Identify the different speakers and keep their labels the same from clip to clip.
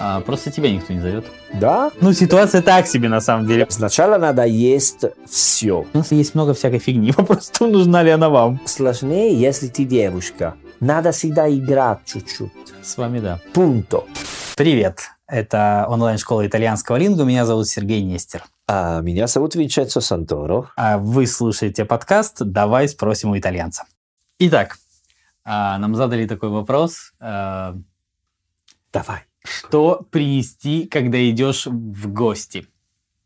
Speaker 1: А просто тебя никто не зовет.
Speaker 2: Да?
Speaker 1: Ну, ситуация так себе, на самом деле.
Speaker 2: Сначала надо есть все.
Speaker 1: У нас есть много всякой фигни. Вопрос, в том, нужна ли она вам.
Speaker 2: Сложнее, если ты девушка. Надо всегда играть чуть-чуть.
Speaker 1: С вами, да.
Speaker 2: Пунто.
Speaker 1: Привет. Это онлайн-школа итальянского линга. Меня зовут Сергей Нестер.
Speaker 2: А меня зовут Винченцо Санторо.
Speaker 1: А вы слушаете подкаст «Давай спросим у итальянца». Итак, а, нам задали такой вопрос. а,
Speaker 2: Давай.
Speaker 1: Что принести, когда идешь в гости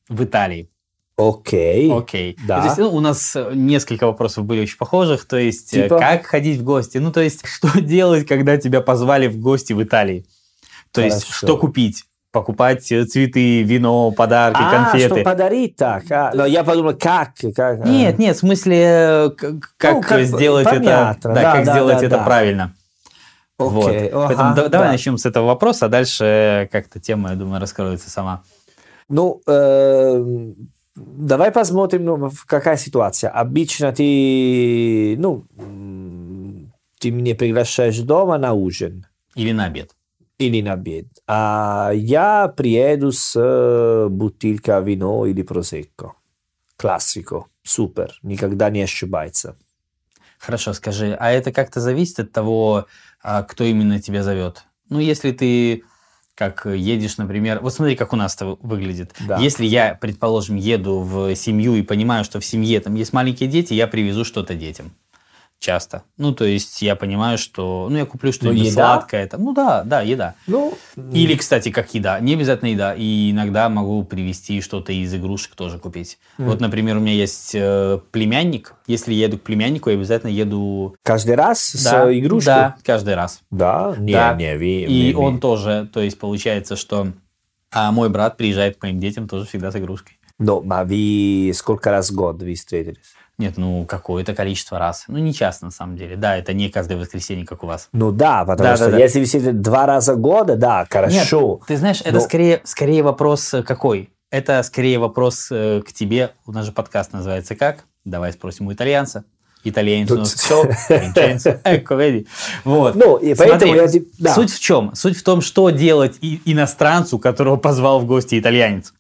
Speaker 1: в Италии?
Speaker 2: Окей.
Speaker 1: Окей.
Speaker 2: Да.
Speaker 1: То есть, ну, у нас э, несколько вопросов были очень похожих. То есть, э,
Speaker 2: Типа?
Speaker 1: как ходить в гости? Ну, то есть, что делать, когда тебя позвали в гости в Италии? То есть,
Speaker 2: Хорошо.
Speaker 1: что купить? Покупать э, цветы, вино, подарки,
Speaker 2: А, что
Speaker 1: конфеты.
Speaker 2: подарить так? А, но я подумал, как? как а.
Speaker 1: Нет, нет, в смысле, э, к- к- как,
Speaker 2: как бы,
Speaker 1: сделать
Speaker 2: понятно,
Speaker 1: это,
Speaker 2: да,
Speaker 1: как
Speaker 2: да,
Speaker 1: сделать
Speaker 2: да,
Speaker 1: это
Speaker 2: да.
Speaker 1: правильно. Вот.
Speaker 2: Окей. ага,
Speaker 1: Поэтому да- давай
Speaker 2: да.
Speaker 1: начнем с этого вопроса, а дальше э, как-то тема, я думаю, раскроется сама.
Speaker 2: Ну, э, давай посмотрим, ну, в- какая ситуация. Обычно ты, ну, м, ты меня приглашаешь дома на ужин
Speaker 1: Или на обед.
Speaker 2: или на обед, а я приеду с э, бутылкой вино или просекко. Классико. Супер. Никогда не ошибается.
Speaker 1: Хорошо, скажи, а это как-то зависит от того, а, кто именно тебя зовет? Ну, если ты как едешь, например... Вот смотри, как у нас это вы- выглядит.
Speaker 2: Да.
Speaker 1: Если я, предположим, еду в семью и понимаю, что в семье там есть маленькие дети, я привезу что-то детям. Часто. Ну, то есть я понимаю, что... Ну, я куплю что-нибудь
Speaker 2: еда?
Speaker 1: сладкое. Там. Ну, да, да, еда.
Speaker 2: Ну,
Speaker 1: Или, кстати, как еда. Не обязательно еда. И иногда могу привезти что-то из игрушек тоже купить.
Speaker 2: Мгм.
Speaker 1: Вот, например, у меня есть э, племянник. Если я еду к племяннику, я обязательно еду...
Speaker 2: каждый раз
Speaker 1: Да,
Speaker 2: с игрушкой?
Speaker 1: Да, каждый раз.
Speaker 2: Да? Не,
Speaker 1: Да.
Speaker 2: не, ви-
Speaker 1: И
Speaker 2: ви-
Speaker 1: он
Speaker 2: ви.
Speaker 1: тоже. То есть получается, что а, мой брат приезжает к моим детям тоже всегда с игрушкой.
Speaker 2: Но, а вы сколько раз в год вы встретились?
Speaker 1: Нет, ну какое-то количество раз. Ну не часто на самом деле. Да, это не каждое воскресенье, как у вас.
Speaker 2: Ну да, потому
Speaker 1: Да,
Speaker 2: что
Speaker 1: да, да.
Speaker 2: если вы сидите два раза в год, да, хорошо.
Speaker 1: Ты знаешь, это
Speaker 2: Но-
Speaker 1: скорее, скорее вопрос э, какой? Это скорее вопрос э, к тебе. У нас же подкаст называется как? Давай спросим у итальянца. Итальянец у
Speaker 2: Тут-
Speaker 1: нас все. Ecco, vedi. Вот.
Speaker 2: Ну, и поэтому
Speaker 1: Смотри,
Speaker 2: я... тип- да.
Speaker 1: Суть в чем? Суть в том, что делать и- иностранцу, которого позвал в гости итальянец.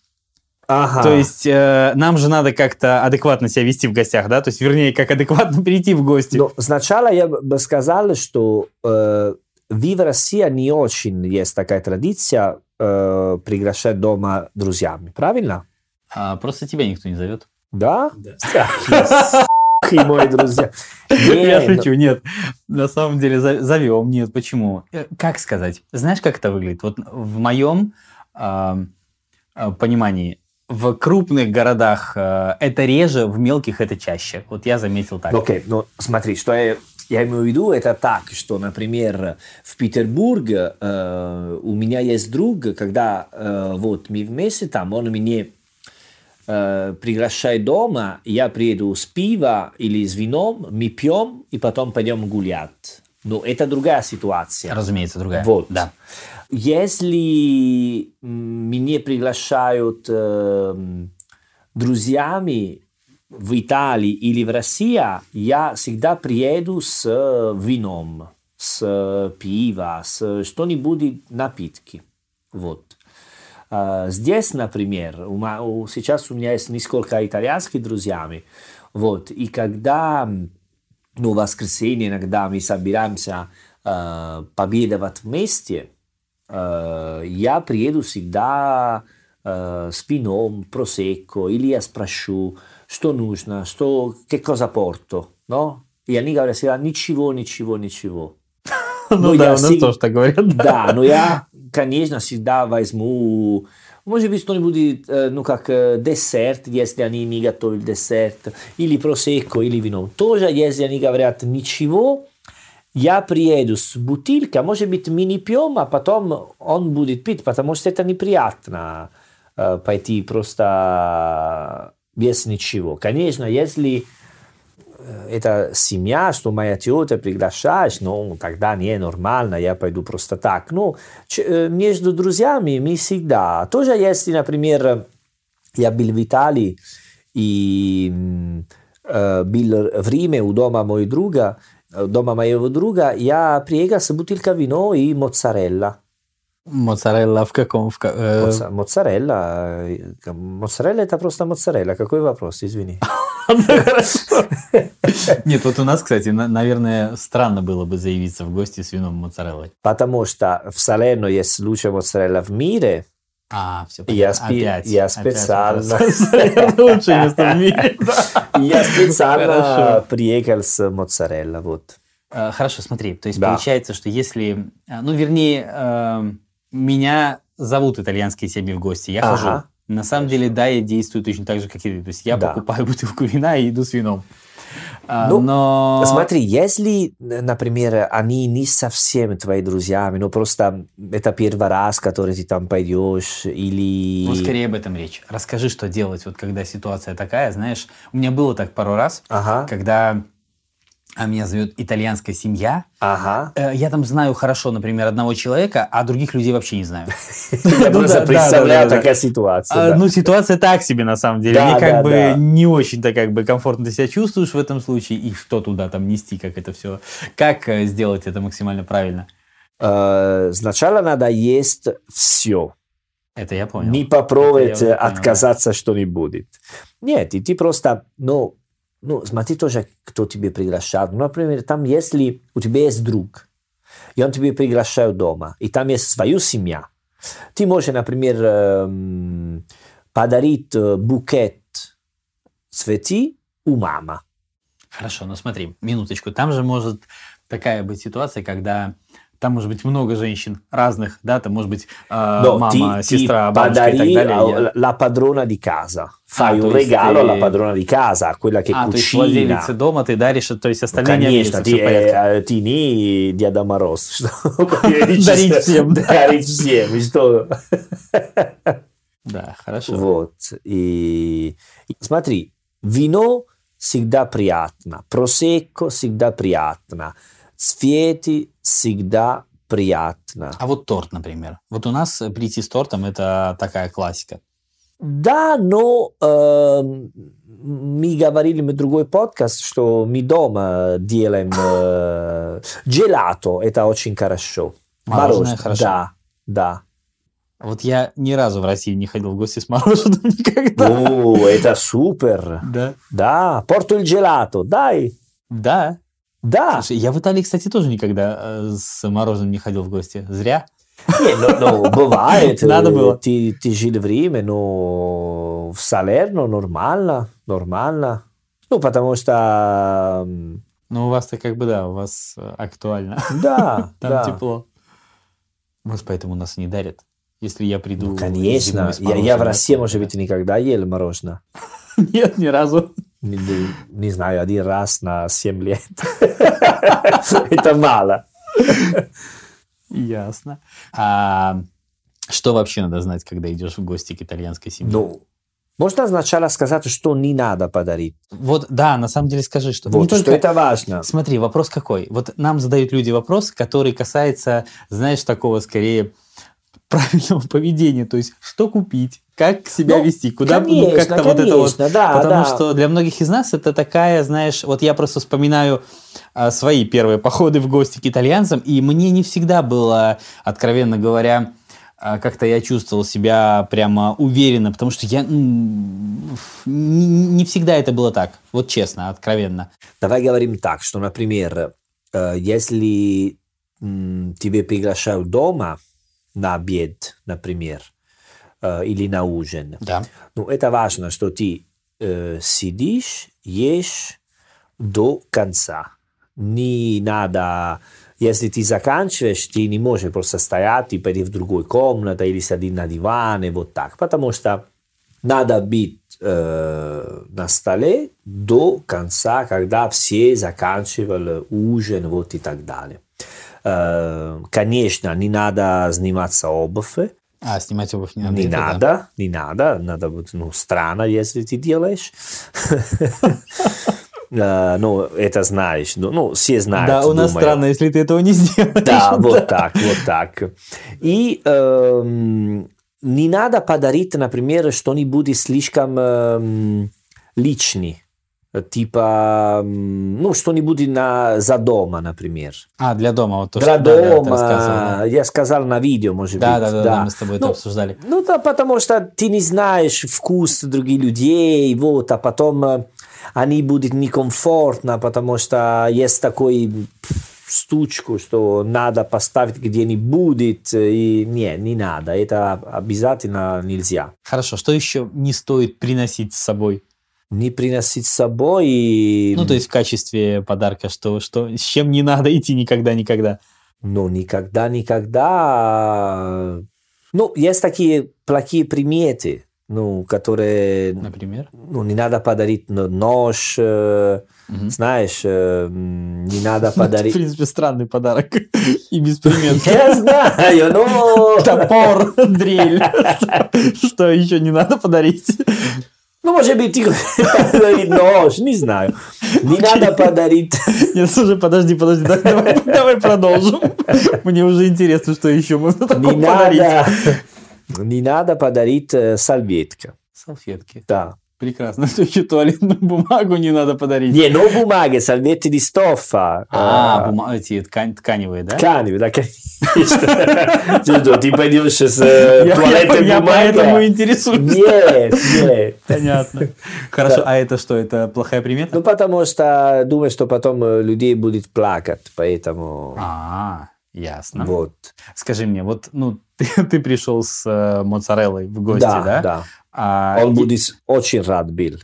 Speaker 2: Ага.
Speaker 1: То есть э, нам же надо как-то адекватно себя вести в гостях, да? То есть, вернее, как адекватно прийти в гости.
Speaker 2: Но сначала я бы сказал, что э, в России не очень есть такая традиция э, приглашать дома друзьями, правильно?
Speaker 1: А, просто тебя никто не зовет.
Speaker 2: Да? Ах, мои друзья. Не,
Speaker 1: Я
Speaker 2: ну,
Speaker 1: шучу, нет. На самом деле за- зовем, нет. Почему? Э, Как сказать? Знаешь, как это выглядит? Вот в моем а, понимании, в крупных городах э, это реже, в мелких это чаще. Вот я заметил так.
Speaker 2: Окей, ну смотри, что я, я имею в виду, это так, что, например, в Петербурге э, у меня есть друг, когда э, вот мы вместе там, он меня э, приглашает дома, я приеду с пива или с вином, мы пьем и потом пойдем гулять. Но это другая ситуация.
Speaker 1: Разумеется, другая.
Speaker 2: Вот.
Speaker 1: Да.
Speaker 2: Если м, меня приглашают эм, друзьями в Италии или в России, я всегда приеду с э, вином, с э, пива, с что-нибудь напитки. Вот. Э, Здесь, например, у ма- у- сейчас у меня есть несколько итальянских друзьями. Вот. И когда м, ну, в воскресенье иногда мы собираемся э, победовать вместе, э, я приеду всегда э, с вином, просекко, или я спрошу, что нужно, что, che cosa porto, no? И они говорят всегда ничего, ничего, ничего. Ну, я сиг-
Speaker 1: так говорят.
Speaker 2: Да, но я, конечно, всегда возьму, может быть, что-нибудь, э, ну, как э, десерт, если они не готовят десерт, или просекко, или вино. Тоже, если они говорят ничего, я приеду с бутылкой, может быть, мы не пьем, а потом он будет пить, потому что это неприятно э, пойти просто э, без ничего. Конечно, если э, это семья, что моя тетя приглашаешь, ну, тогда не нормально, я пойду просто так. Ну, ч- э, между друзьями мы всегда. Тоже если, например, я был в Италии и м, э, был в Риме у дома моего друга, э, дома моего друга, я приехал с бутылкой вино и моцарелла.
Speaker 1: Моцарелла в каком? В, ка- э,
Speaker 2: Моца- моцарелла. э, Моцарелла это просто моцарелла. Какой вопрос, извини.
Speaker 1: Нет, вот у нас, кстати, на- наверное, странно было бы заявиться в гости с вином моцареллой.
Speaker 2: Потому что в Салерно есть лучшая моцарелла в мире.
Speaker 1: А, все.
Speaker 2: Я спи- я специально.
Speaker 1: Лучшее место в мире.
Speaker 2: И Я специально
Speaker 1: Хорошо.
Speaker 2: приехал с моцарелла. Вот.
Speaker 1: Э, Хорошо, смотри, то есть
Speaker 2: Да.
Speaker 1: получается, что если, э, ну, вернее, э, меня зовут итальянские семьи в гости, я
Speaker 2: Ага.
Speaker 1: хожу. На самом деле, да, я действую точно так же, как и ты. То есть я
Speaker 2: Да.
Speaker 1: покупаю бутылку вина и иду с вином. А,
Speaker 2: Ну,
Speaker 1: Но
Speaker 2: Смотри, если, э, например, они не совсем твои друзья, но просто это первый раз, который ты там пойдешь, или...
Speaker 1: ну, скорее об этом речь. Расскажи, что делать, вот когда ситуация такая, знаешь, у меня было так пару раз,
Speaker 2: Ага,
Speaker 1: когда а, меня зовет итальянская семья,
Speaker 2: ага.
Speaker 1: Э, Я там знаю хорошо, например, одного человека, а других людей вообще не знаю.
Speaker 2: Я
Speaker 1: Ну да,
Speaker 2: просто
Speaker 1: да,
Speaker 2: представляю
Speaker 1: да, да,
Speaker 2: такая
Speaker 1: А,
Speaker 2: ситуация. да.
Speaker 1: Ну, ситуация так себе, на самом деле.
Speaker 2: Да,
Speaker 1: Мне
Speaker 2: да,
Speaker 1: как бы
Speaker 2: да.
Speaker 1: не очень-то как бы комфортно ты себя чувствуешь в этом случае. И что туда там нести, как это все? Как э, сделать это максимально правильно?
Speaker 2: Э, Сначала надо есть все.
Speaker 1: Это я понял.
Speaker 2: Не попробовать
Speaker 1: Это я уже
Speaker 2: э,
Speaker 1: понял, да.
Speaker 2: отказаться, что не будет. Нет, и ты просто, ну, ну, смотри тоже, кто тебе приглашает. Ну, Например, там, если у тебя есть друг, и он тебя приглашает дома, и там есть свою семья, ты можешь, например, эм, подарить э, букет цветы у мамы.
Speaker 1: Хорошо, ну смотри, минуточку. Там же может такая быть ситуация, когда там может быть много женщин разных, да, там может быть э,
Speaker 2: No,
Speaker 1: мама,
Speaker 2: ti, ti
Speaker 1: сестра, бабушка и так
Speaker 2: подари
Speaker 1: далее.
Speaker 2: а, la padrona di casa. Fai
Speaker 1: eh. Ah, tu
Speaker 2: un
Speaker 1: dici- Ah,
Speaker 2: regalo alla padrona di casa, quella che
Speaker 1: А, то есть
Speaker 2: cucina.
Speaker 1: владелице дома ты даришь, то есть
Speaker 2: Ну,
Speaker 1: остальные не
Speaker 2: Конечно,
Speaker 1: обидятся,
Speaker 2: ты,
Speaker 1: всё в порядке.
Speaker 2: э, ты не Деда Мороз. что
Speaker 1: Дарить всем, да.
Speaker 2: Дарить всем. и что?
Speaker 1: Да, хорошо.
Speaker 2: Вот. И и смотри, вино всегда приятно, просекко всегда приятно, цветы всегда приятно.
Speaker 1: А вот торт, например. Вот у нас э, прийти с тортом – это такая классика.
Speaker 2: Да, но эм, мы говорили в другой подкаст, что мы дома делаем э, gelato, это очень хорошо.
Speaker 1: Мороженое хорошо.
Speaker 2: Да, да.
Speaker 1: Вот я ни разу в России не ходил в гости с мороженым никогда.
Speaker 2: О, это супер.
Speaker 1: Да.
Speaker 2: Да, porto il gelato, дай.
Speaker 1: Да.
Speaker 2: Да.
Speaker 1: Слушай, я в Италии, кстати, тоже никогда э, с мороженым не ходил в гости. Зря.
Speaker 2: Не, ну, ну, бывает.
Speaker 1: Надо было.
Speaker 2: Ты, ты жил в Риме, но в Салерно нормально, нормально. Ну, потому что... м,
Speaker 1: Но у вас-то как бы, да, у вас э, актуально.
Speaker 2: Да,
Speaker 1: Там
Speaker 2: да.
Speaker 1: тепло. Может, поэтому нас не дарят? Если я приду
Speaker 2: Ну, конечно.
Speaker 1: зимой с
Speaker 2: Я, я в
Speaker 1: мороженым,
Speaker 2: России,
Speaker 1: то-
Speaker 2: может быть, никогда ел мороженое.
Speaker 1: Нет, ни разу.
Speaker 2: Не, не- не знаю, один раз на 7 лет. Это мало.
Speaker 1: Ясно. А что вообще надо знать, когда идешь в гости к итальянской семье?
Speaker 2: Ну, можно сначала сказать, что не надо подарить.
Speaker 1: Вот, да, на самом деле скажи, что... не
Speaker 2: Ну. Вот,
Speaker 1: только-
Speaker 2: что это важно.
Speaker 1: Смотри, вопрос какой. Вот нам задают люди вопрос, который касается, знаешь, такого скорее правильного поведения. То есть, что купить, как себя
Speaker 2: Ну,
Speaker 1: вести, куда ну,
Speaker 2: Конечно,
Speaker 1: как-то вот это вот.
Speaker 2: конечно, да,
Speaker 1: Потому
Speaker 2: да.
Speaker 1: что для многих из нас это такая, знаешь, вот я просто вспоминаю а, свои первые походы в гости к итальянцам, и мне не всегда было, откровенно говоря, а, как-то я чувствовал себя прямо уверенно, потому что я м, не, не всегда это было так, вот честно, откровенно.
Speaker 2: Давай говорим так, что, например, э, если м, тебе приглашают дома на обед, например, э, или на ужин,
Speaker 1: Да.
Speaker 2: ну, это важно, что ты э, сидишь, ешь до конца. Не надо, если ты заканчиваешь, ты не можешь просто стоять и пойти в другую комнату или сидеть на диване, вот так, потому что надо быть э, на столе до конца, когда все заканчивали ужин, вот и так далее. Э, конечно, не надо сниматься обувь,
Speaker 1: А, снимать обувь не надо.
Speaker 2: не
Speaker 1: это да.
Speaker 2: надо, не надо, надо будет, ну, странно, если ты делаешь. Э, Ну, это знаешь, ну, ну, все знают.
Speaker 1: Да, у нас
Speaker 2: думаю.
Speaker 1: странно, если ты этого не сделаешь.
Speaker 2: Да, вот так, вот так. И эм, не надо подарить, например, что-нибудь слишком эм, личный. типа, м, ну, что-нибудь на, за дома, например.
Speaker 1: А, для дома. Вот то,
Speaker 2: Для
Speaker 1: что- да, да, ты
Speaker 2: дома,
Speaker 1: рассказывал, да.
Speaker 2: я сказал на видео, может
Speaker 1: Да,
Speaker 2: быть.
Speaker 1: да, да, да, мы с тобой это
Speaker 2: Ну,
Speaker 1: обсуждали.
Speaker 2: Ну да, потому что ты не знаешь вкус других людей, вот, а потом э, они будут некомфортно, потому что есть такой пф, штучку, что надо поставить где-нибудь, э, и не, не надо, это обязательно нельзя.
Speaker 1: Хорошо, что еще не стоит приносить с собой?
Speaker 2: Не приносить с собой... и-
Speaker 1: Ну, то есть в качестве подарка, что, что, с чем не надо идти никогда-никогда.
Speaker 2: Ну, никогда, никогда. Ну, есть такие плохие приметы, ну, которые...
Speaker 1: Например?
Speaker 2: Ну, не надо подарить но- нож, э,
Speaker 1: Мгм.
Speaker 2: знаешь, э, м, не
Speaker 1: Ну,
Speaker 2: надо
Speaker 1: это, в
Speaker 2: подарить...
Speaker 1: принципе, странный подарок. И без примет.
Speaker 2: Я знаю, ну...
Speaker 1: Топор, дрель. Что еще не надо подарить?
Speaker 2: Ну, может быть, ты подарить нож, не знаю. Не надо подарить...
Speaker 1: Нет, слушай, подожди, подожди, да- давай, давай продолжим. Мне уже интересно, что еще можно
Speaker 2: Не
Speaker 1: такого подарить.
Speaker 2: надо... Не надо подарить э, салветка.
Speaker 1: Салфетки.
Speaker 2: Да.
Speaker 1: Прекрасно. Что еще туалетную бумагу не надо подарить?
Speaker 2: Не, но бумаги, салветки не стофа.
Speaker 1: А, бума- эти ткань- тканевые, да?
Speaker 2: Ткани, да, конечно. Ты что, ты пойдешь с э,
Speaker 1: Я-
Speaker 2: туалетной
Speaker 1: Я поэтому и
Speaker 2: бумагой?
Speaker 1: интересуюсь.
Speaker 2: Нет, нет.
Speaker 1: Понятно. Хорошо, а это что, это плохая примета?
Speaker 2: Ну, потому что думаю, что потом э, людей будет плакать, поэтому...
Speaker 1: А, ясно.
Speaker 2: Вот.
Speaker 1: Скажи мне, вот ну ты, ты пришел с э, моцареллой в гости, да?
Speaker 2: Да, да.
Speaker 1: А,
Speaker 2: Он
Speaker 1: и-
Speaker 2: будет очень рад был.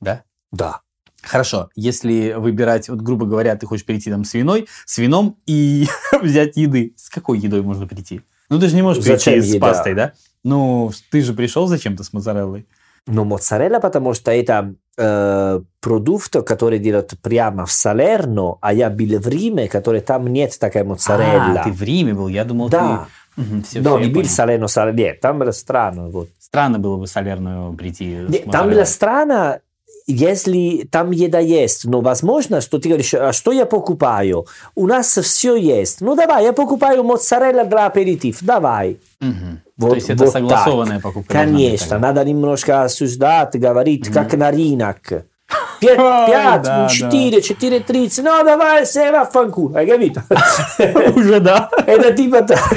Speaker 1: Да?
Speaker 2: Да.
Speaker 1: Хорошо, если выбирать, вот грубо говоря, ты хочешь перейти там с виной, с вином и взять еды. С какой едой можно прийти? Ну ты же не можешь
Speaker 2: Зачем
Speaker 1: прийти с
Speaker 2: еда?
Speaker 1: пастой, да? Ну ты же пришел зачем-то с моцареллой.
Speaker 2: Но Ну, моцарелла, потому что это э, продукт, который делают прямо в Салерно, а я был в Риме, который там нет такая моцарелла.
Speaker 1: А, ты в Риме был, я думал,
Speaker 2: Да.
Speaker 1: ты... Мгм, всё, всё,
Speaker 2: Но
Speaker 1: я
Speaker 2: не был
Speaker 1: понял.
Speaker 2: Салерно, Салерно. Нет, там было странно. Вот.
Speaker 1: Странно было бы солерную прийти с
Speaker 2: Не, Там
Speaker 1: моцареллой.
Speaker 2: была страна, если там еда есть, но возможно, что ты говоришь, а что я покупаю? У нас все есть. Ну давай, я покупаю моцарелла для аперитив, давай.
Speaker 1: Мгм.
Speaker 2: Вот-
Speaker 1: То есть это
Speaker 2: вот
Speaker 1: согласованная покупка. должна быть
Speaker 2: Конечно,
Speaker 1: тогда.
Speaker 2: надо немножко осуждать, говорить,
Speaker 1: Мгм.
Speaker 2: как на рынок. Пять,
Speaker 1: Ой,
Speaker 2: пять,
Speaker 1: да,
Speaker 2: четыре, четыре, тридцать. Ну давай, сева фанку. Hai capito?
Speaker 1: Уже да.
Speaker 2: Это типа так.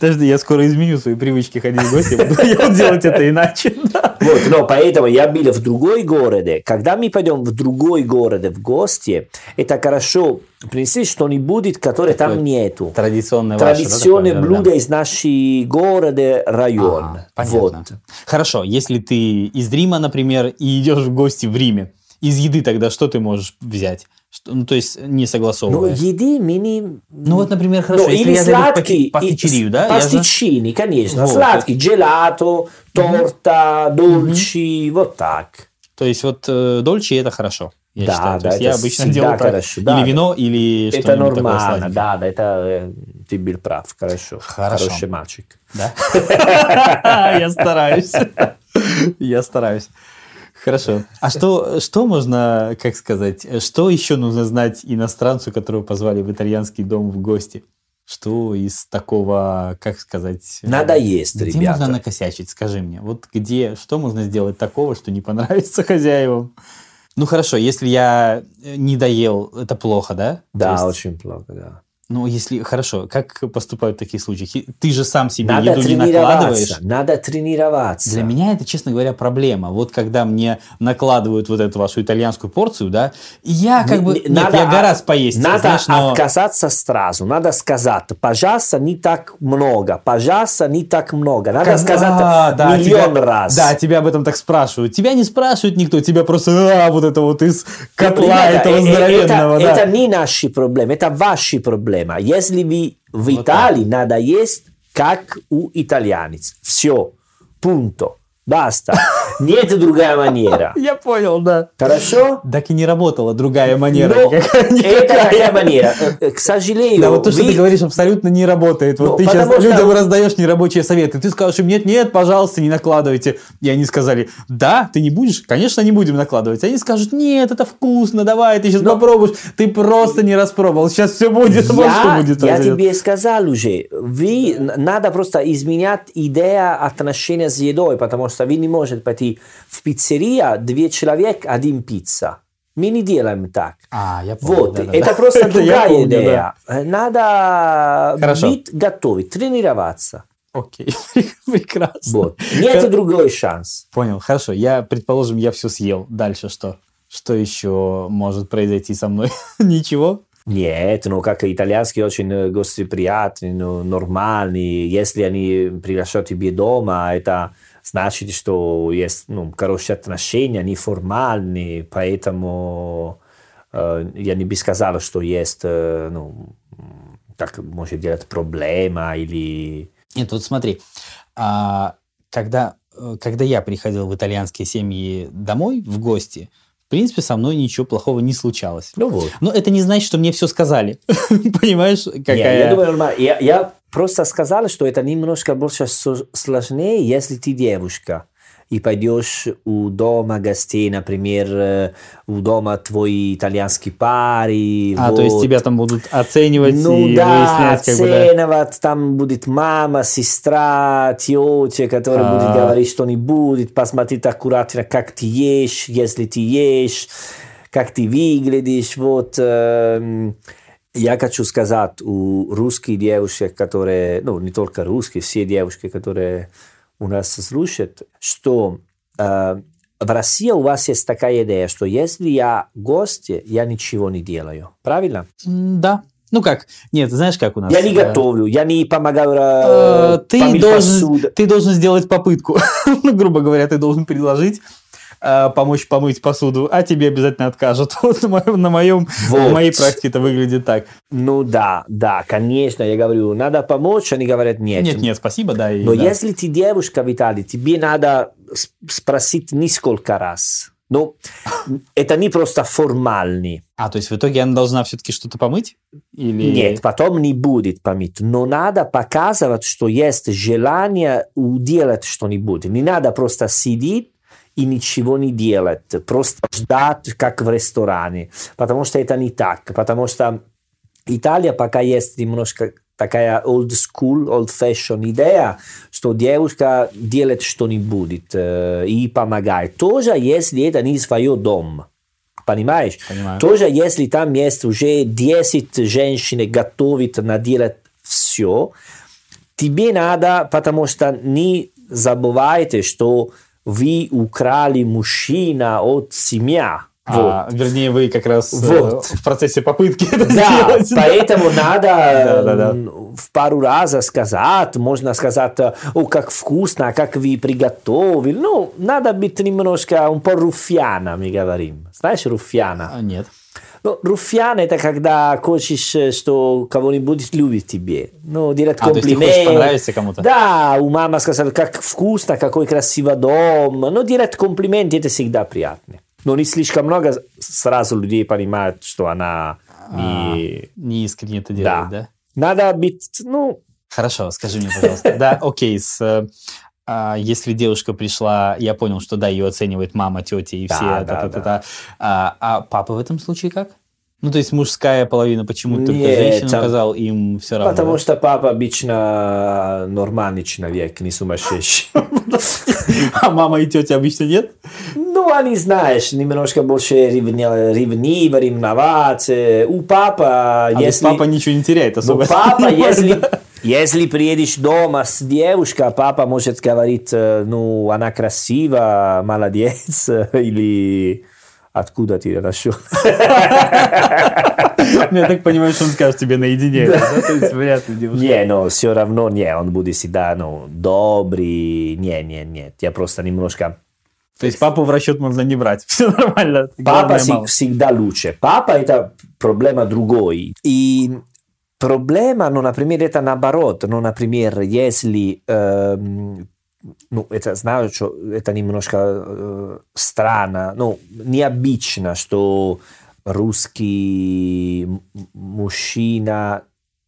Speaker 1: Подожди, я скоро изменю свои привычки ходить в гости, буду я буду делать это иначе. да.
Speaker 2: Вот, но поэтому я был в другой городе. Когда мы пойдем в другой город в гости, это хорошо принести что-нибудь, которое
Speaker 1: Такое
Speaker 2: там нету.
Speaker 1: Традиционное ваше, да,
Speaker 2: Традиционные
Speaker 1: такое, да,
Speaker 2: блюда
Speaker 1: да.
Speaker 2: из нашей города, район.
Speaker 1: Ага,
Speaker 2: вот.
Speaker 1: понятно. Хорошо, если ты из Рима, например, и идешь в гости в Риме, из еды тогда что ты можешь взять? Что- ну, то есть не
Speaker 2: Но
Speaker 1: согласовывая.
Speaker 2: Ну, еды мы не...
Speaker 1: Ну вот, например, хорошо,
Speaker 2: Ну,
Speaker 1: если
Speaker 2: или
Speaker 1: я зайду в
Speaker 2: сладкие,
Speaker 1: пасти- пастичерию, да? я же-
Speaker 2: Пастичини, конечно.
Speaker 1: Вот.
Speaker 2: Сладкие, джелато, торта, дольчи, вот так.
Speaker 1: То есть вот э, дольче это хорошо, я
Speaker 2: Да,
Speaker 1: считаю. То
Speaker 2: да,
Speaker 1: есть я
Speaker 2: это
Speaker 1: обычно
Speaker 2: всегда
Speaker 1: делаю так.
Speaker 2: хорошо, да,
Speaker 1: или
Speaker 2: да.
Speaker 1: вино, или что-нибудь
Speaker 2: это
Speaker 1: такое
Speaker 2: нормально,
Speaker 1: сладенькое.
Speaker 2: да, да, это э, ты был прав, хорошо.
Speaker 1: Хорошо.
Speaker 2: Хороший мальчик.
Speaker 1: Да? Я стараюсь. Я стараюсь. Хорошо. А что, что можно, как сказать, что еще нужно знать иностранцу, которого позвали в итальянский дом в гости? Что из такого, как сказать... э,
Speaker 2: Надо есть,
Speaker 1: Где
Speaker 2: ребята.
Speaker 1: можно накосячить, скажи мне? Вот где, что можно сделать такого, что не понравится хозяевам? Ну хорошо, если я э, не доел, это плохо, да?
Speaker 2: Да,
Speaker 1: То есть-
Speaker 2: очень плохо, да.
Speaker 1: ну, если хорошо, как поступают в таких случаях? И Ты же сам себе
Speaker 2: Надо
Speaker 1: еду не
Speaker 2: тренироваться,
Speaker 1: накладываешь.
Speaker 2: надо тренироваться.
Speaker 1: Для меня это, честно говоря, проблема. Вот когда мне накладывают вот эту вашу итальянскую порцию, да, и я как
Speaker 2: Не-
Speaker 1: бы...
Speaker 2: не-
Speaker 1: Нет,
Speaker 2: надо
Speaker 1: я
Speaker 2: от-
Speaker 1: гораздо поесть.
Speaker 2: Надо
Speaker 1: знаешь, но-
Speaker 2: отказаться сразу, надо сказать, пожалуйста, не так много, пожалуйста, не так много. Надо
Speaker 1: Каз-
Speaker 2: сказать
Speaker 1: А, да,
Speaker 2: миллион
Speaker 1: тебя-
Speaker 2: раз.
Speaker 1: Да, тебя об этом так спрашивают. Тебя не спрашивают никто, тебя просто, а, вот это вот из котла
Speaker 2: Ребята,
Speaker 1: этого
Speaker 2: э- э-
Speaker 1: здоровенного,
Speaker 2: это,
Speaker 1: да.
Speaker 2: это не наши проблемы, это ваши проблемы. А Если вы в
Speaker 1: Вот
Speaker 2: Италии, надо есть как у итальянец. Все, пунто, баста. Нет другая манера.
Speaker 1: Я понял, да.
Speaker 2: Хорошо?
Speaker 1: Так и не работала другая манера.
Speaker 2: Но
Speaker 1: никакая,
Speaker 2: это
Speaker 1: никакая.
Speaker 2: такая манера. Э, э, К сожалению,
Speaker 1: Да, вот то, что
Speaker 2: вы-
Speaker 1: ты говоришь, абсолютно не работает. Вот
Speaker 2: Ну,
Speaker 1: ты сейчас
Speaker 2: потому что-
Speaker 1: людям раздаешь нерабочие советы. Ты скажешь им, нет, нет, пожалуйста, не накладывайте. И они сказали, да, ты не будешь? Конечно, не будем накладывать. Они скажут, нет, это вкусно, давай, ты сейчас
Speaker 2: Ну,
Speaker 1: попробуешь. Ты просто не распробовал. Сейчас все будет, вот что
Speaker 2: Я,
Speaker 1: будет.
Speaker 2: я
Speaker 1: произойдет.
Speaker 2: тебе сказал уже, вы, н- надо просто изменять идея отношения с едой, потому что вы не можете пойти в пиццерию, две человек, один пицца. Мы не делаем так.
Speaker 1: А, я понял.
Speaker 2: Вот,
Speaker 1: да-да-да.
Speaker 2: это просто
Speaker 1: Это я
Speaker 2: другая
Speaker 1: помню,
Speaker 2: идея. Э, Надо
Speaker 1: Хорошо.
Speaker 2: быть готовым, тренироваться.
Speaker 1: Окей, прекрасно.
Speaker 2: Вот. Нет другой шанс.
Speaker 1: Понял, хорошо. Я, предположим, я все съел. Дальше что? Что еще может произойти со мной? Ничего?
Speaker 2: Нет, ну как итальянский очень э, гостеприятный, ну, нормальный. Если они приглашают тебе дома, это значит, что есть ну, хорошие отношения, они формальные, поэтому э, я не бы сказал, что есть, э, ну, м, как может делать проблема или...
Speaker 1: Нет, вот смотри, а, когда, э, когда я приходил в итальянские семьи домой, в гости, в принципе, со мной ничего плохого не случалось.
Speaker 2: Ну вот.
Speaker 1: Но это не значит, что мне все сказали. Понимаешь,
Speaker 2: Не, я
Speaker 1: какая...
Speaker 2: думаю, нормально. Я, я просто сказал, что это немножко больше со- сложнее, если ты девушка и пойдешь у дома гостей, например, э, у дома твой итальянский парень.
Speaker 1: А, то есть тебя там будут оценивать
Speaker 2: ну
Speaker 1: и
Speaker 2: да,
Speaker 1: выяснять, как бы, да.
Speaker 2: оценивать, там будет мама, сестра, тетя, которая
Speaker 1: А.
Speaker 2: будет говорить что-нибудь, посмотреть аккуратно, как ты ешь, если ты ешь, как ты выглядишь, вот. эм. Я хочу сказать, у русских девушек, которые, ну, не только русские, все девушки, которые у нас слушают, что э, в России у вас есть такая идея, что если я гость, я ничего не делаю. Правильно?
Speaker 1: М, Да. Ну как? Нет, знаешь, как у нас?
Speaker 2: Я не
Speaker 1: э,
Speaker 2: готовлю, я не помогаю
Speaker 1: Э,
Speaker 2: э,
Speaker 1: ты
Speaker 2: помыть
Speaker 1: должен,
Speaker 2: посуду.
Speaker 1: ты должен сделать попытку. Ну, грубо говоря, ты должен предложить э, помочь помыть посуду, а тебе обязательно откажут. Вот на моем, на моем
Speaker 2: Вот.
Speaker 1: в моей практике это выглядит так.
Speaker 2: Ну да, да, конечно, я говорю, надо помочь, они говорят нет.
Speaker 1: Нет, нет, спасибо, да. и
Speaker 2: Но
Speaker 1: да.
Speaker 2: если ты девушка в Италии, тебе надо с- спросить несколько раз. Но это не просто формальный.
Speaker 1: А, то есть в итоге она должна все-таки что-то помыть? Или...
Speaker 2: Нет, потом не будет память. Но надо показывать, что есть желание делать что-нибудь. Не надо просто сидеть и ничего не делать. Просто ждать, как в ресторане. Потому что это не так. Потому что Италия пока есть немножко такая old school, old fashion идея, что девушка делает что-нибудь э, и помогает. Тоже, если это не свое дом. Понимаешь?
Speaker 1: Понимаю.
Speaker 2: Тоже, если там есть уже 10 женщин готовит наделать все, тебе надо, потому что не забывайте, что вы украли мужчина от семья. Вот.
Speaker 1: А, вернее, вы как раз э,
Speaker 2: Вот.
Speaker 1: в процессе попытки это
Speaker 2: Да,
Speaker 1: сделать.
Speaker 2: поэтому надо
Speaker 1: Да, да, да.
Speaker 2: м, в пару раз сказать, можно сказать, о, как вкусно, а как вы приготовили. Ну, надо быть немножко, un po' ruffiana, мы говорим. Знаешь, руфьяна?
Speaker 1: А, нет.
Speaker 2: Ну, руфьян это когда хочешь, э, что кого-нибудь любит тебе. Ну, делать
Speaker 1: А, то есть ты хочешь
Speaker 2: комплимент.
Speaker 1: понравиться кому-то?
Speaker 2: Да, у мамы сказали, как вкусно, какой красивый дом. Но делать комплименты это всегда приятно. Но не слишком много, с- сразу людей понимают, что она
Speaker 1: А,
Speaker 2: не...
Speaker 1: не искренне это делает, да?
Speaker 2: Надо быть, ну,
Speaker 1: Хорошо, скажи мне, пожалуйста. Да, окей, с, э, а, если девушка пришла, я понял, что да, ее оценивает мама, тетя и
Speaker 2: Да,
Speaker 1: все.
Speaker 2: да,
Speaker 1: та-та-та-та. А, а папа в этом случае как? Ну, то есть мужская половина, почему только
Speaker 2: Нет,
Speaker 1: женщинам
Speaker 2: там-
Speaker 1: сказал, им все равно.
Speaker 2: потому
Speaker 1: да?
Speaker 2: что папа обычно нормальный человек, не сумасшедший.
Speaker 1: А мама и тетя обычно нет? А
Speaker 2: Ну, они, знаешь, немножко больше ревня- ревниво, ревновать. Э, У папа,
Speaker 1: А
Speaker 2: если...
Speaker 1: если... папа ничего не теряет
Speaker 2: Ну,
Speaker 1: особо.
Speaker 2: папа, если... Если приедешь дома с девушкой, папа может говорить, э, ну, она красива, молодец, э, или откуда ты это нашел?
Speaker 1: Ну, Я так понимаю, что он скажет тебе наедине. да? То есть вряд ли девушка.
Speaker 2: Не, но все равно, не, он будет всегда, ну, добрый, не, не, нет, я просто немножко...
Speaker 1: То есть папу в расчет можно не брать. Все нормально.
Speaker 2: Папа
Speaker 1: Главное,
Speaker 2: си-
Speaker 1: мама.
Speaker 2: всегда лучше. Папа это проблема другой. И проблема, ну, например, это наоборот. Ну, например, если... эм, ну, это знаю, что это немножко э, странно, ну, необычно, что русский м- мужчина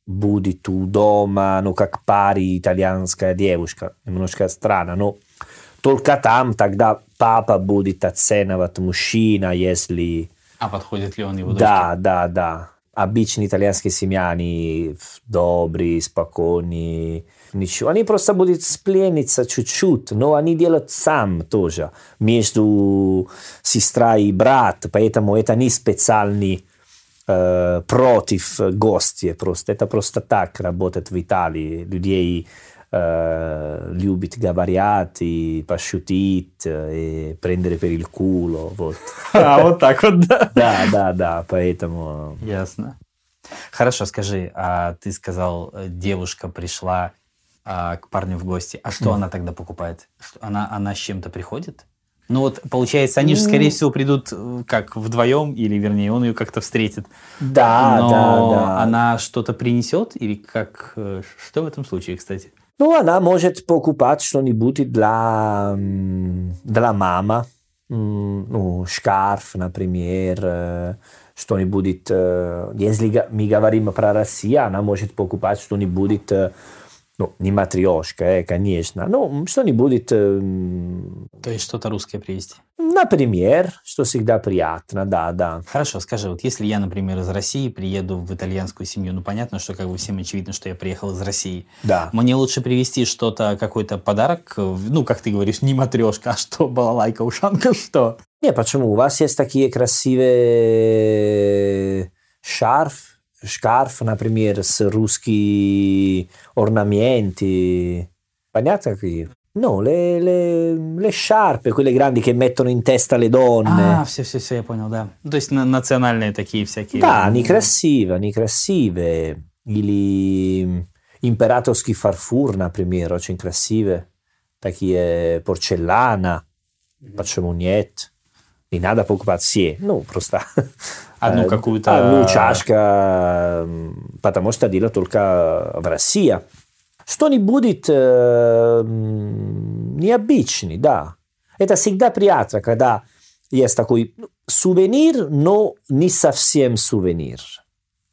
Speaker 2: будет у дома, ну, как пари итальянская девушка. Немножко странно, но только там тогда папа будет оценивать мужчина, если...
Speaker 1: А подходит ли он его дочке?
Speaker 2: Да, да, да. обычные итальянские семьяне, добрые, спокойные, ничего. Они просто будут сплениться чуть-чуть, но они делают сам тоже, между сестра и брат, поэтому это не специальный э, против гостей просто. Это просто так работает в Италии. Людей э, любят говорят и пошутить, и прендere eh, per il culo. Вот.
Speaker 1: А, вот так вот, да.
Speaker 2: Да, да, да, поэтому...
Speaker 1: Ясно. Хорошо, скажи, а ты сказал, э, девушка пришла а, к парню в гости. А что
Speaker 2: Мгм.
Speaker 1: она тогда покупает? Что, она, она с чем-то приходит? Ну вот, получается, они же, скорее всего, придут э, как вдвоем, или, вернее, он ее как-то встретит.
Speaker 2: Да,
Speaker 1: Но
Speaker 2: да, да.
Speaker 1: она что-то принесет? Или как... э, Что в этом случае, кстати?
Speaker 2: Ну, она может покупать что-нибудь для, м, для мамы. М, Ну, шкаф, например, э, что-нибудь. э, Если га- мы говорим про Россию, она может покупать что-нибудь, э, ну, не матрешка, э, конечно, но что-нибудь, эм,
Speaker 1: То есть что-то русское привезти.
Speaker 2: например, что всегда приятно, да, да.
Speaker 1: Хорошо, скажи, вот если я, например, из России приеду в итальянскую семью, ну понятно, что как бы всем очевидно, что я приехал из России.
Speaker 2: Да.
Speaker 1: Мне лучше привезти что-то, какой-то подарок, э, в- ну, как ты говоришь, не матрешка, а что, балалайка, ушанка, что?
Speaker 2: Не, почему? У вас есть такие красивые шарф, шкарф, например, с русские орнаменти. Понятно qui? No, le, le, le sciarpe, quelle grandi che mettono in testa le donne.
Speaker 1: А, все-все-все, я понял, да. Ну, То есть на- национальные такие всякие.
Speaker 2: да,
Speaker 1: м,
Speaker 2: они красивые, они красивые. Или императорский фарфор, например, очень красивые. Такие порцелана. Почему нет? Не надо покупать все. Ну, просто...
Speaker 1: Одну
Speaker 2: Э,
Speaker 1: какую-то...
Speaker 2: Одну чашку, м, потому что дело только в России. Что-нибудь э, м, необычный, да. Это всегда приятно, когда есть такой сувенир, но не совсем сувенир.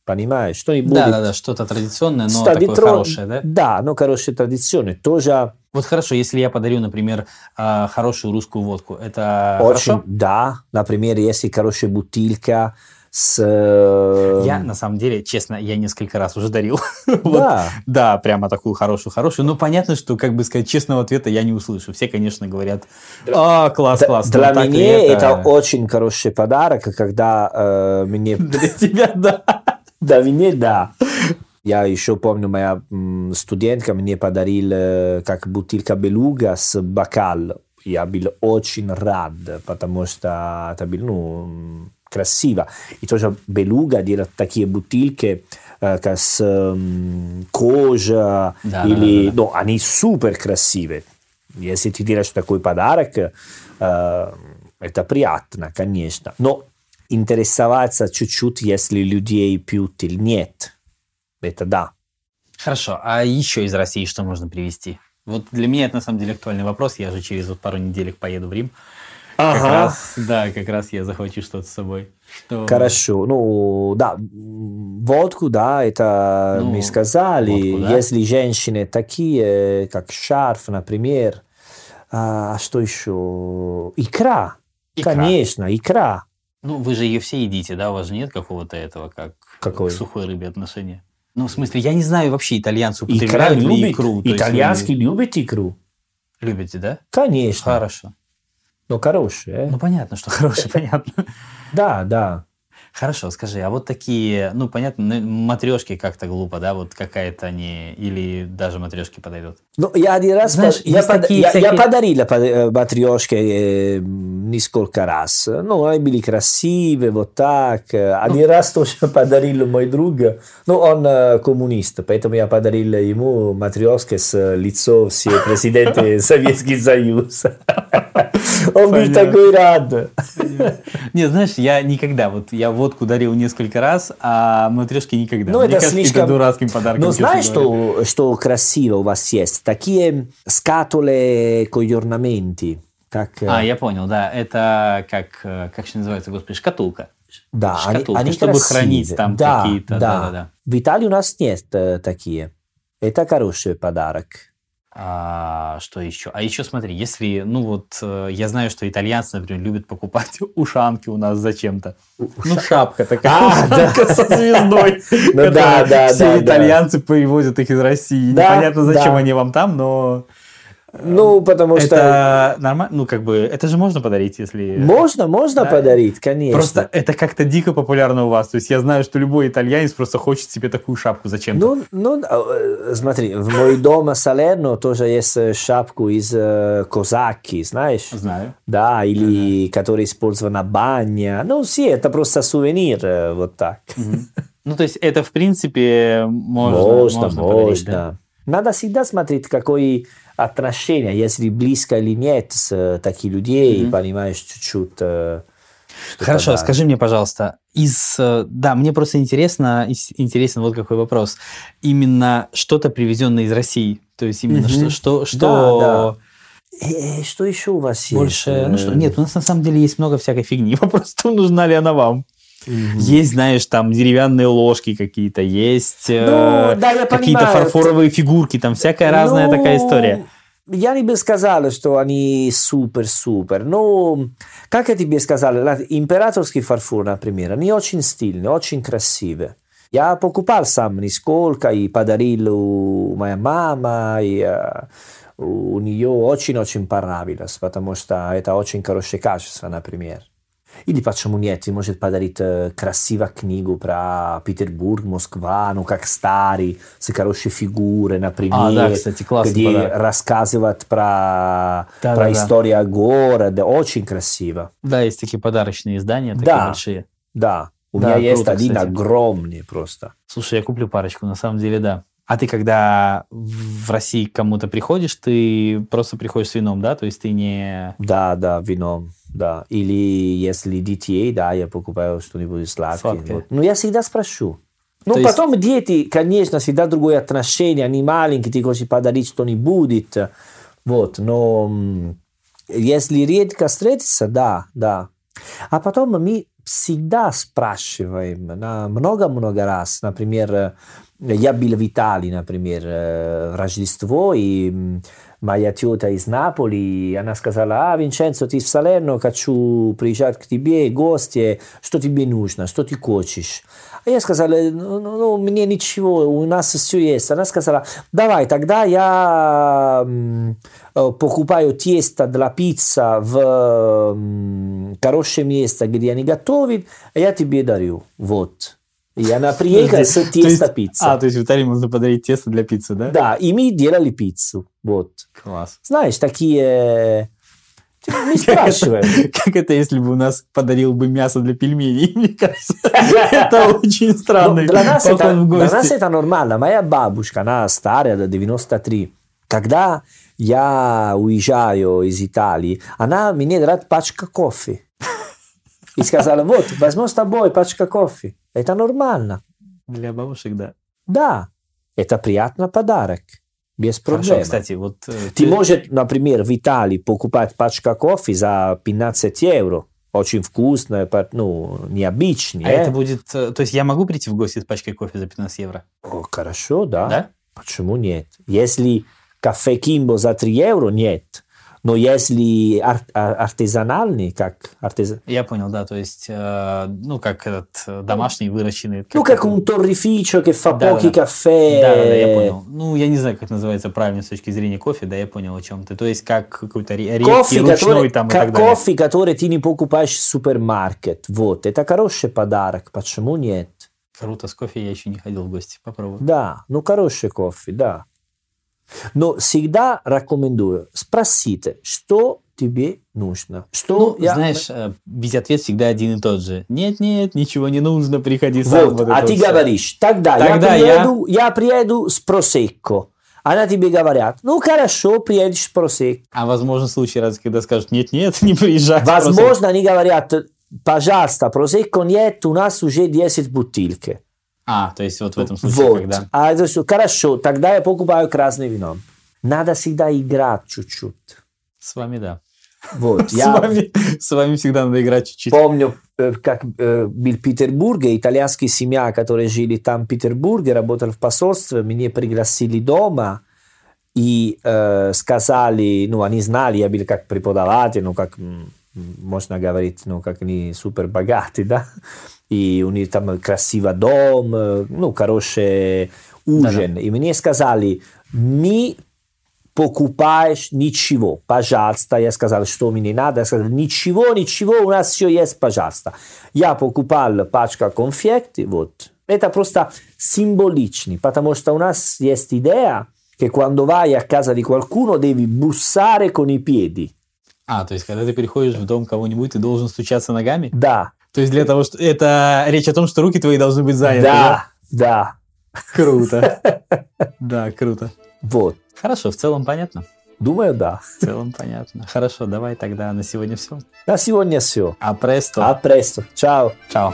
Speaker 2: Понимаешь? Что-нибудь...
Speaker 1: Да-да-да, что-то традиционное, но
Speaker 2: Ста-
Speaker 1: такое
Speaker 2: дитро-
Speaker 1: хорошее, да?
Speaker 2: Да, но хорошая традиция. Тоже
Speaker 1: Вот хорошо, если я подарю, например, а, хорошую русскую водку, это
Speaker 2: очень...
Speaker 1: хорошо?
Speaker 2: Да, например, если хорошая бутылка с... э,
Speaker 1: Я, на самом деле, честно, я несколько раз уже дарил. Вот
Speaker 2: Да.
Speaker 1: Да, прямо такую хорошую-хорошую. Но понятно, что, как бы сказать, честного ответа я не услышу. Все, конечно, говорят, а, класс,
Speaker 2: Д-
Speaker 1: класс.
Speaker 2: Для
Speaker 1: ну так ли
Speaker 2: меня это... очень хороший подарок, когда э, мне...
Speaker 1: Для тебя, да.
Speaker 2: Для меня, да. Я еще помню, моя м, студентка мне подарила как бутылка белуга с бокал. Я был очень рад, потому что это было ну, м, красиво. И тоже белуга делает такие бутылки э, как с м, кожа
Speaker 1: Да,
Speaker 2: или...
Speaker 1: да, да, да.
Speaker 2: Ну, они супер красивые. Если ты делаешь такой подарок, э, это приятно, конечно. Но интересоваться чуть-чуть, если людей пьют или нет. Это да.
Speaker 1: Хорошо, а еще из России что можно привезти? Вот для меня это на самом деле актуальный вопрос. Я же через вот пару неделек поеду в Рим. Как раз, да, как раз я захвачу что-то с собой. Что-
Speaker 2: Хорошо. Ну, да, м, водку, да, это
Speaker 1: Ну,
Speaker 2: мы сказали.
Speaker 1: водку, да.
Speaker 2: Если женщины такие, как шарф, например. А что еще? Икра.
Speaker 1: Икра.
Speaker 2: Конечно, икра.
Speaker 1: Ну, вы же ее все едите, да? У вас же нет какого-то этого, как
Speaker 2: Какой?
Speaker 1: к сухой рыбе отношения? Ну, в смысле, я не знаю вообще итальянцы
Speaker 2: Икра
Speaker 1: употребляют ли
Speaker 2: любит.
Speaker 1: Ну, икру. то есть вы
Speaker 2: Итальянский любит икру.
Speaker 1: Любите, да?
Speaker 2: Конечно.
Speaker 1: Хорошо.
Speaker 2: Но хорошая.
Speaker 1: Ну, понятно, что хороший, понятно.
Speaker 2: Да, да.
Speaker 1: Хорошо, скажи, а вот такие, ну, понятно, матрешки как-то глупо, да, вот какая-то они, или даже матрешки подойдут.
Speaker 2: Ну, я один раз
Speaker 1: Знаешь,
Speaker 2: я,
Speaker 1: есть
Speaker 2: под-
Speaker 1: такие
Speaker 2: я,
Speaker 1: всякие-
Speaker 2: я подарил пад- э, матрешке э, м, несколько раз. Ну, они были красивые, вот так. Э, Один раз тоже подарил мой друг. Ну, он э, коммунист, поэтому я подарил ему матрешке с лицом все президента Советского Союза. Он был
Speaker 1: Понятно.
Speaker 2: такой рад.
Speaker 1: Не, знаешь, я никогда, вот я водку дарил несколько раз, а матрешки никогда.
Speaker 2: Ну,
Speaker 1: Мне
Speaker 2: это
Speaker 1: кажется,
Speaker 2: слишком-
Speaker 1: это дурацким подарком.
Speaker 2: Ну,
Speaker 1: честно
Speaker 2: знаешь,
Speaker 1: говоря.
Speaker 2: что, что красиво у вас есть? Такие скатоле con gli ornamenti. Как, э,
Speaker 1: А, я понял, да, это как, э, как же называется, господи, шкатулка.
Speaker 2: Да, они,
Speaker 1: Шкатулки,
Speaker 2: они
Speaker 1: чтобы
Speaker 2: красивые.
Speaker 1: хранить там
Speaker 2: Да,
Speaker 1: какие-то,
Speaker 2: Да.
Speaker 1: да-да-да.
Speaker 2: В Италии у нас нет э, такие. Это хороший подарок.
Speaker 1: А, что еще? А еще смотри, если, ну вот, э, я знаю, что итальянцы, например, любят покупать ушанки у нас зачем-то. Ну, шапка такая,
Speaker 2: А,
Speaker 1: ушанка
Speaker 2: да.
Speaker 1: со звездой.
Speaker 2: Ну да,
Speaker 1: которую
Speaker 2: да, да,
Speaker 1: Все
Speaker 2: да.
Speaker 1: итальянцы привозят их из России.
Speaker 2: Да,
Speaker 1: Непонятно, зачем
Speaker 2: да.
Speaker 1: они вам там, но
Speaker 2: Ну, потому что
Speaker 1: это нормально, ну, как бы, это же можно подарить, если...
Speaker 2: можно, можно
Speaker 1: Да.
Speaker 2: подарить, конечно.
Speaker 1: Просто это как-то дико популярно у вас. То есть я знаю, что любой итальянец просто хочет себе такую шапку зачем-то.
Speaker 2: Ну, ну, э, смотри, в мой дом Салерно тоже есть э, шапку из э, козаки, знаешь?
Speaker 1: Знаю.
Speaker 2: Да, или который использован на баня. Ну, все, это просто сувенир, э, вот так.
Speaker 1: Ну, то есть это, в принципе, можно. подарить, да?
Speaker 2: Надо всегда смотреть, какое отношение, если близко или нет с э, таких людей,
Speaker 1: Мгм.
Speaker 2: понимаешь, чуть-чуть. э, что
Speaker 1: Хорошо,
Speaker 2: тогда.
Speaker 1: скажи мне, пожалуйста, из... э, Да, мне просто интересно, из- интересен вот какой вопрос. Именно что-то привезенное из России. То есть именно
Speaker 2: Мгм.
Speaker 1: что... что, что
Speaker 2: Э, э, что еще у вас есть?
Speaker 1: Больше... Ну, что...
Speaker 2: Э,
Speaker 1: Нет, у нас на самом деле есть много всякой фигни. Вопрос в том, нужна ли она вам.
Speaker 2: мгм.
Speaker 1: Есть, знаешь, там деревянные ложки какие-то, есть э,
Speaker 2: Ну, да, я
Speaker 1: какие-то
Speaker 2: понимаю.
Speaker 1: фарфоровые фигурки, там всякая разная
Speaker 2: Ну,
Speaker 1: такая история.
Speaker 2: Я не бы сказал, что они супер-супер, но, как я тебе сказал, ла- императорский фарфор, например, они очень стильные, очень красивые. Я покупал сам нисколько и подарил моя мама, и э, у нее очень-очень понравилось, потому что это очень хорошее качество, например. Или facciamo niente, может подарить э, красивую книгу про Петербург, Москва, ну как старый, с хорошей фигурой, например
Speaker 1: А, да, кстати, классный
Speaker 2: где
Speaker 1: подарок.
Speaker 2: рассказывают про,
Speaker 1: Да, да,
Speaker 2: про
Speaker 1: да.
Speaker 2: историю города. Очень красиво.
Speaker 1: Да, есть такие подарочные издания, такие
Speaker 2: Да.
Speaker 1: большие.
Speaker 2: Да. У
Speaker 1: Да,
Speaker 2: меня есть
Speaker 1: круто,
Speaker 2: один
Speaker 1: кстати.
Speaker 2: огромный просто.
Speaker 1: Слушай, я куплю парочку, на самом деле, да. А ты когда в России к кому-то приходишь, ты просто приходишь с вином, да? То есть ты не...
Speaker 2: Да, да, вино. Да. Или если детей, да, я покупаю что-нибудь сладкое.
Speaker 1: Сладкое.
Speaker 2: Вот. Но я всегда спрошу. Ну,
Speaker 1: То есть-
Speaker 2: потом дети, конечно, всегда другое отношение, они маленькие, ты хочешь подарить что-нибудь. Вот, но м, если редко встретиться, да, да. А потом мы всегда спрашиваем на много-много раз. Например, э, я был в Италии, например, э, в Рождество, и м, моя тетя из Наполи, она сказала, а, Винченцо, ты в Салерно, хочу приезжать к тебе, гости, что тебе нужно, что ты хочешь? А я сказал, «Э, ну, ну, ну, мне ничего, у нас все есть. Она сказала, давай, тогда я м, э, покупаю тесто для пицца в м, хорошее место, где они готовят, а я тебе дарю. Вот. И она приехала с
Speaker 1: Подожди, то
Speaker 2: теста
Speaker 1: есть- А,
Speaker 2: пицца.
Speaker 1: то есть в Италии можно подарить тесто для пиццы, да?
Speaker 2: Да, и мы делали пиццу. Вот.
Speaker 1: Класс.
Speaker 2: Знаешь, такие... типа, Мы спрашиваем.
Speaker 1: Как это, если бы у нас подарил бы мясо для пельменей? Мне кажется, это очень
Speaker 2: Ну,
Speaker 1: странный
Speaker 2: для, нас это,
Speaker 1: поход в
Speaker 2: для
Speaker 1: гости.
Speaker 2: нас это нормально. Моя бабушка, она старая, до 93. Когда я уезжаю из Италии, она мне дает пачка кофе. И сказала, вот, возьму с тобой пачка кофе. Это нормально.
Speaker 1: Для бабушек, да.
Speaker 2: Да, это приятный подарок. Без
Speaker 1: Хорошо,
Speaker 2: проблем.
Speaker 1: кстати, вот... э,
Speaker 2: Ты можешь, например, в Италии покупать пачка кофе за 15 евро. Очень вкусно, по- ну, необычно.
Speaker 1: А это будет... э, То есть я могу прийти в гости с пачкой кофе за 15 евро?
Speaker 2: О, хорошо, да.
Speaker 1: Да?
Speaker 2: Почему нет? Если кафе Кимбо за 3 евро, нет. Но если ар- а- артезанальный, как артезан...
Speaker 1: Я понял, да, то есть, э, ну, как этот э, домашний, выращенный.
Speaker 2: Ну, как
Speaker 1: это-
Speaker 2: un torrificio che fa
Speaker 1: Да, да,
Speaker 2: pochi
Speaker 1: да.
Speaker 2: caffè.
Speaker 1: Да, да, да, я понял. Ну, я не знаю, как называется правильно с точки зрения кофе, да, я понял, о чем ты. То есть, как какой-то ре- редкий
Speaker 2: Кофе,
Speaker 1: ручной
Speaker 2: который,
Speaker 1: там и
Speaker 2: ка-
Speaker 1: так далее.
Speaker 2: кофе, который ты не покупаешь в супермаркет. Вот, это хороший подарок. Почему нет?
Speaker 1: Круто, с кофе я еще не ходил в гости, попробую.
Speaker 2: Да, ну хороший кофе, да. Но всегда рекомендую, спросите, что тебе нужно. Что
Speaker 1: Ну,
Speaker 2: я-
Speaker 1: знаешь, э, ведь ответ всегда один и тот же. Нет-нет, ничего не нужно, приходи сам.
Speaker 2: Вот,
Speaker 1: вот
Speaker 2: а
Speaker 1: это
Speaker 2: ты
Speaker 1: вот всё.
Speaker 2: говоришь, тогда,
Speaker 1: Тогда
Speaker 2: я,
Speaker 1: я-
Speaker 2: приеду, я... приеду с просекко. Она тебе говорят, ну хорошо, приедешь с просекко.
Speaker 1: А возможно, случай раз, когда скажут, нет-нет, не приезжай. просто
Speaker 2: Возможно, они говорят, пожалуйста, просекко нет, у нас уже 10 бутылки.
Speaker 1: А, то есть вот в этом случае,
Speaker 2: Вот.
Speaker 1: когда...
Speaker 2: А это всё, хорошо, тогда я покупаю красное вино. Надо всегда играть чуть-чуть.
Speaker 1: С вами, да.
Speaker 2: Вот,
Speaker 1: С,
Speaker 2: я
Speaker 1: вами, с вами всегда надо играть чуть-чуть.
Speaker 2: помню, э, как э, был в Петербурге, итальянские семья, которые жили там в Петербурге, работали в посольстве, меня пригласили дома, и э, сказали, ну, они знали, я был как преподаватель, ну, как м, можно говорить, ну, как они супер богаты, да, и у них там красивый дом, э, ну, хороший ужин. И мне сказали, не покупаешь ничего, пожалуйста. Я сказал, что мне надо. Я сказал, ничего, ничего, у нас все есть, пожалуйста. Я покупал пачка конфетти, вот. Это просто символичный, потому что у нас есть идея, che quando vai a casa di qualcuno devi bussare con i piedi.
Speaker 1: А, то есть, когда ты переходишь в дом кого-нибудь, ты должен стучаться ногами?
Speaker 2: Да,
Speaker 1: То есть, для того, что... Это речь о том, что руки твои должны быть заняты.
Speaker 2: да, да.
Speaker 1: да? Круто. Да, круто.
Speaker 2: Вот.
Speaker 1: Хорошо, в целом понятно.
Speaker 2: Думаю, да.
Speaker 1: В целом понятно. Хорошо, давай тогда на сегодня все.
Speaker 2: На сегодня все.
Speaker 1: А престо.
Speaker 2: A presto. Ciao.
Speaker 1: Чао.